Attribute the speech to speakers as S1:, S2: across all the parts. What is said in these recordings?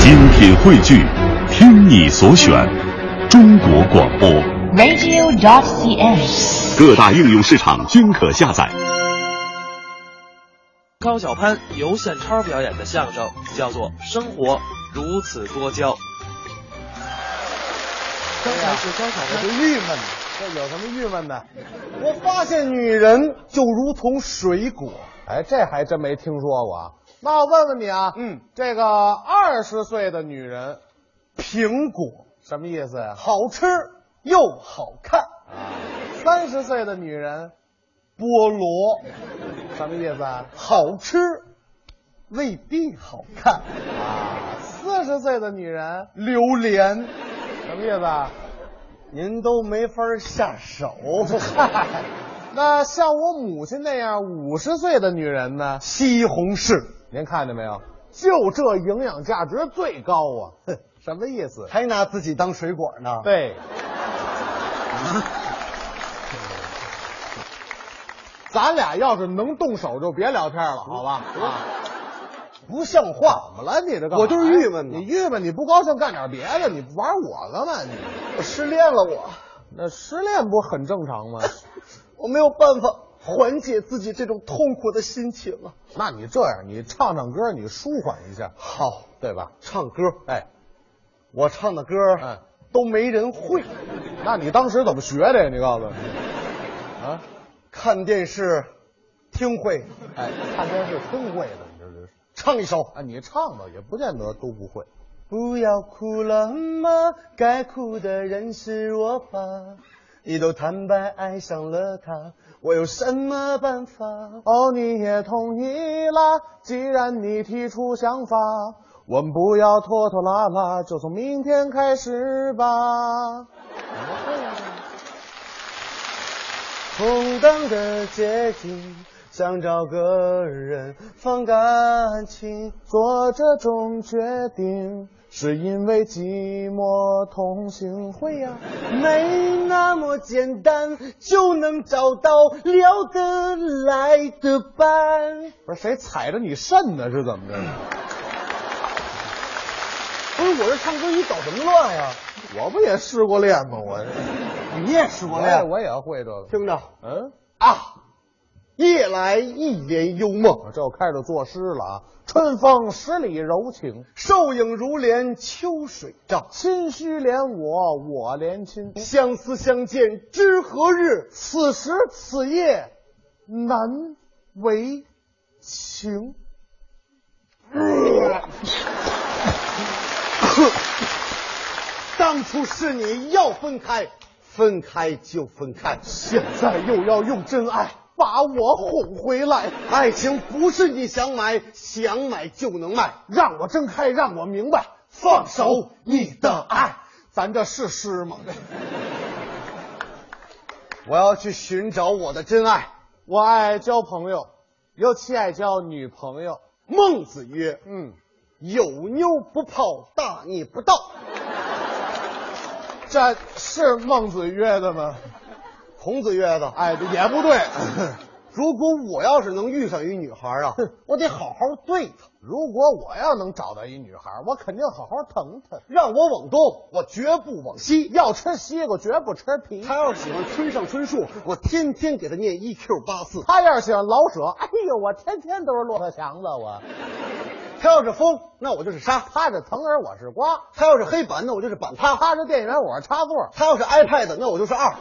S1: 精品汇聚，听你所选，中国广播。
S2: radio.cn。
S1: 各大应用市场均可下载。
S3: 高晓攀、尤宪超表演的相声叫做《生活如此多娇》。
S4: 刚才是高晓
S5: 我
S4: 攀
S5: 就郁闷，这有什么郁闷的？我发现女人就如同水果，哎，这还真没听说过啊。那我问问你啊，
S4: 嗯，
S5: 这个二十岁的女人，苹果什么意思呀、好吃又好看。三十岁的女人，菠萝，什么意思啊？好吃，未必好看。四十岁的女人，榴莲，什么意思啊？您都没法儿下手。嗨， 那像我母亲那样五十岁的女人呢？西红柿，您看见没有？就这营养价值最高啊！哼，什么意思？
S4: 还拿自己当水果呢？，
S5: 对， 咱俩要是能动手就别聊天了，好吧？啊，
S4: 不像话。
S5: 怎么了？你这干嘛呀
S4: 我就是郁闷呢
S5: 你郁闷，你不高兴干点别的，你玩我干嘛？你
S4: 我失恋了我，
S5: 那失恋不很正常吗？
S4: 我没有办法缓解自己这种痛苦的心情啊。
S5: 那你这样，你唱唱歌，你舒缓一下，
S4: 好，
S5: 对吧？
S4: 唱歌，
S5: 哎，
S4: 我唱的歌，
S5: 嗯，
S4: 都没人会。
S5: 那你当时怎么学的呀？你告诉我，啊，
S4: 看电视，听会，
S5: 哎，看电视听会的，你这这是
S4: 唱一首。
S5: 啊，你唱吧，也不见得都不会。
S4: 不要哭了吗？该哭的人是我吧。你都坦白爱上了他，我有什么办法？
S5: 哦，你也同意啦。既然你提出想法，我们不要拖拖拉拉，就从明天开始吧。
S4: 空荡的街景，想找个人放感情。
S5: 做这种决定，是因为寂寞同行会呀、
S4: 没那么简单，就能找到聊得来的伴。
S5: 不是谁踩着你肾呢？是怎么着？
S4: 不是，我这唱歌你捣什么乱呀、
S5: 我不也失过恋吗？我
S4: 你也失
S5: 我
S4: 过
S5: 也
S4: 恋？
S5: 我也会这个。
S4: 听着
S5: 嗯，
S4: 啊，夜来一帘幽梦，
S5: 我这我开始作诗了啊！春风十里柔情，
S4: 瘦影如帘秋水照。
S5: 亲须怜我，我怜亲。
S4: 相思相见知何日？
S5: 此时此夜，难为情。
S4: 当初是你要分开，分开就分开。
S5: 现在又要用真爱把我哄回来，
S4: 爱情不是你想买想买就能卖，
S5: 让我睁开，让我明白，
S4: 放手你的爱。
S5: 咱这是诗吗？
S4: 我要去寻找我的真爱。
S5: 我爱交朋友，尤其爱交女朋友。
S4: 孟子曰
S5: 嗯，：“
S4: 有妞不泡，大逆不道。
S5: 这是孟子曰的吗？”
S4: 孔子曰的，
S5: 哎，也不 对。
S4: 如果我要是能遇上一女孩啊，我得好好对她，
S5: 如果我要能找到一女孩，我肯定好好疼她。
S4: 让我往东，我绝不往西。
S5: 西要吃西瓜，绝不吃皮。
S4: 她要是喜欢村上春树，我天天给她念一 Q 八四。
S5: 他要是喜欢老舍，哎呦，我天天都是骆驼祥子，我
S4: 她要是风，那我就是沙；
S5: 他是藤儿，我是瓜，
S4: 她要是黑板，那我就是板擦；
S5: 他是店员，我是插座，
S4: 她要是 iPad，那我就是二。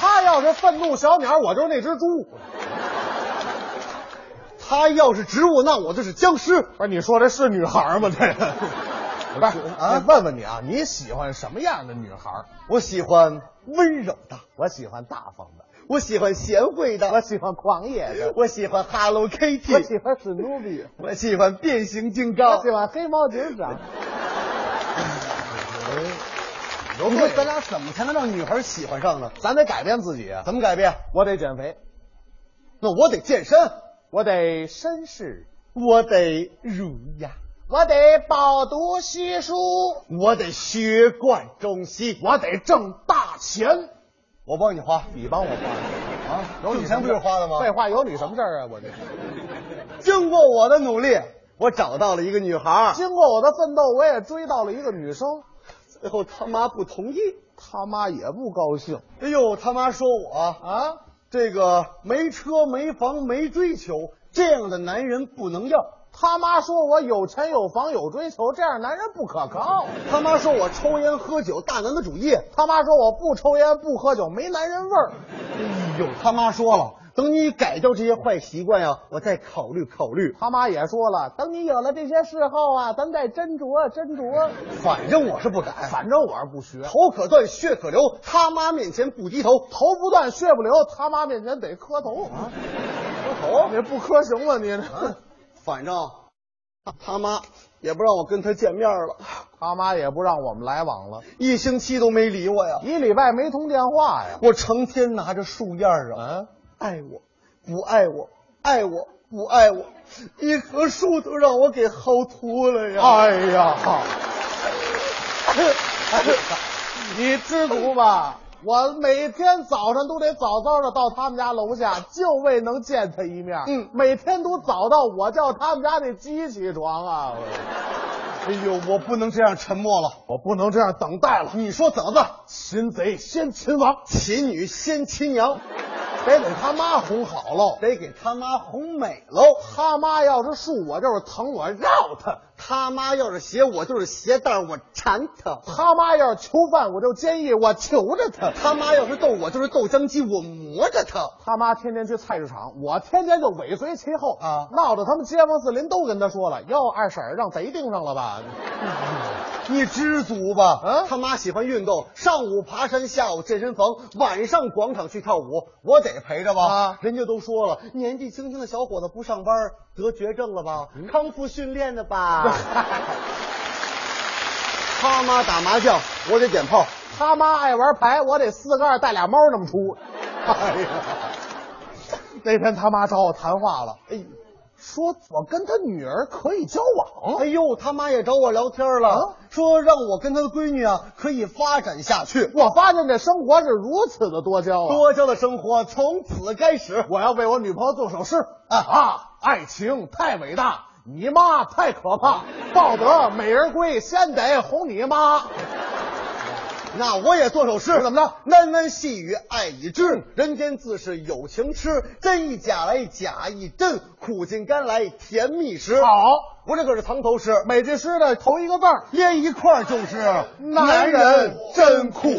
S5: 他要是愤怒小鸟，我就是那只猪。
S4: 她要是植物，那我就是僵尸。
S5: 不是你说这是女孩吗？这 个不是
S4: 啊
S5: 问问你啊，你喜欢什么样的女孩？
S4: 我喜欢温柔的，
S5: 我喜欢大方的，
S4: 我喜欢贤惠的，
S5: 我喜欢狂野的，
S4: 我喜欢 Hello
S5: 我喜
S4: Kitty，
S5: 欢史努比，
S4: 我喜欢变形金
S5: 我
S4: 刚。
S5: 喜欢黑猫警长。
S4: 哎你说咱俩怎么才能让女孩喜欢上呢？
S5: 咱得改变自己啊！
S4: 怎么改变？
S5: 我得减肥，
S4: 那我得健身，
S5: 我得绅士，
S4: 我得儒雅，
S5: 我得饱读诗书，
S4: 我得学贯中西。
S5: 我得挣大钱。
S4: 我帮你花，
S5: 你帮我花啊？
S4: 有你钱不就是花了吗
S5: 废话，有你什么事儿啊？我这
S4: 经过我的努力，我找到了一个女孩儿，
S5: 经过我的奋斗，我也追到了一个女生，
S4: 最后他妈不同意。
S5: 他妈也不高兴
S4: 哎呦，他妈说我
S5: 啊。
S4: 这个没车没房没追求，这样的男人不能要。
S5: 他妈说我有钱有房有追求，这样男人不可靠。
S4: 他妈说我抽烟喝酒大男子主义。
S5: 他妈说我不抽烟不喝酒没男人味儿。
S4: 哎呦，他妈说了，等你改掉这些坏习惯呀、我再考虑考虑。
S5: 他妈也说了，等你有了这些嗜好啊，咱再斟酌斟酌。
S4: 反正我是不改，
S5: 反正我是不学，
S4: 头可断血可流，他妈面前不低头，
S5: 头不断血不流，他妈面前得磕头啊，
S4: 磕头啊
S5: 你不磕行吗？你这、
S4: 反正他妈也不让我跟他见面了，
S5: 他妈也不让我们来往了，
S4: 一星期都没理我呀。
S5: 一礼拜没通电话呀。
S4: 我成天拿着树叶儿啊，
S5: 嗯，
S4: 爱我不爱我，爱我不爱我，一棵树都让我给薅秃了呀！
S5: 哎呀， 你知足吧。我每天早上都得早早的到他们家楼下，就为能见他一面。
S4: 嗯
S5: 每天都早到我叫他们家那鸡起床啊！
S4: 哎呦，我不能这样沉默了，
S5: 我不能这样等待了。
S4: 你说怎么办？
S5: 擒贼先擒王，
S4: 擒女先擒娘，
S5: 得给他妈哄好喽。
S4: 得给他妈哄美了。
S5: 喽，他妈要是恕我，就是疼我绕他；
S4: 他妈要是鞋，我就是鞋带儿，我缠他；
S5: 他妈要是囚犯，我就监狱，我囚着他。
S4: 他妈要是逗我，就是豆浆机，我磨着他。
S5: 他妈天天去菜市场，我天天就尾随其后
S4: 啊
S5: 闹得他们街坊四邻都跟他说了：“哟，二婶儿让贼盯上了吧
S4: 你知足吧？
S5: 啊
S4: 他妈喜欢运动，上午爬山，下午健身房，晚上广场去跳舞，我得陪着吧。
S5: 啊
S4: 人家都说了，年纪轻轻的小伙子不上班得绝症了吧？康复训练的 吧？他妈打麻将，我得点炮。？”
S5: 他妈爱玩牌，我得四个二带俩猫那么出。
S4: 哎呀，
S5: 那天他妈找我谈话了，
S4: 哎。
S5: 说我跟他女儿可以交往。
S4: 哎呦，他妈也找我聊天了，
S5: 啊
S4: 说让我跟他的闺女啊可以发展下去，
S5: 我发现这生活是如此的多娇啊！
S4: 多娇的生活从此开始。
S5: 我要为我女朋友做首诗
S4: 啊
S5: 啊！爱情太伟大，你妈太可怕，抱得美人归，先得哄你妈。
S4: 那我也做首诗，
S5: 怎么着？
S4: 喃喃细语爱已至，人间自是有情痴，真亦假来假亦真，苦尽甘来甜蜜时。
S5: 好，
S4: 我这可是藏头诗，
S5: 每句诗的头一个字儿
S4: 连一块儿就是
S5: 男人真苦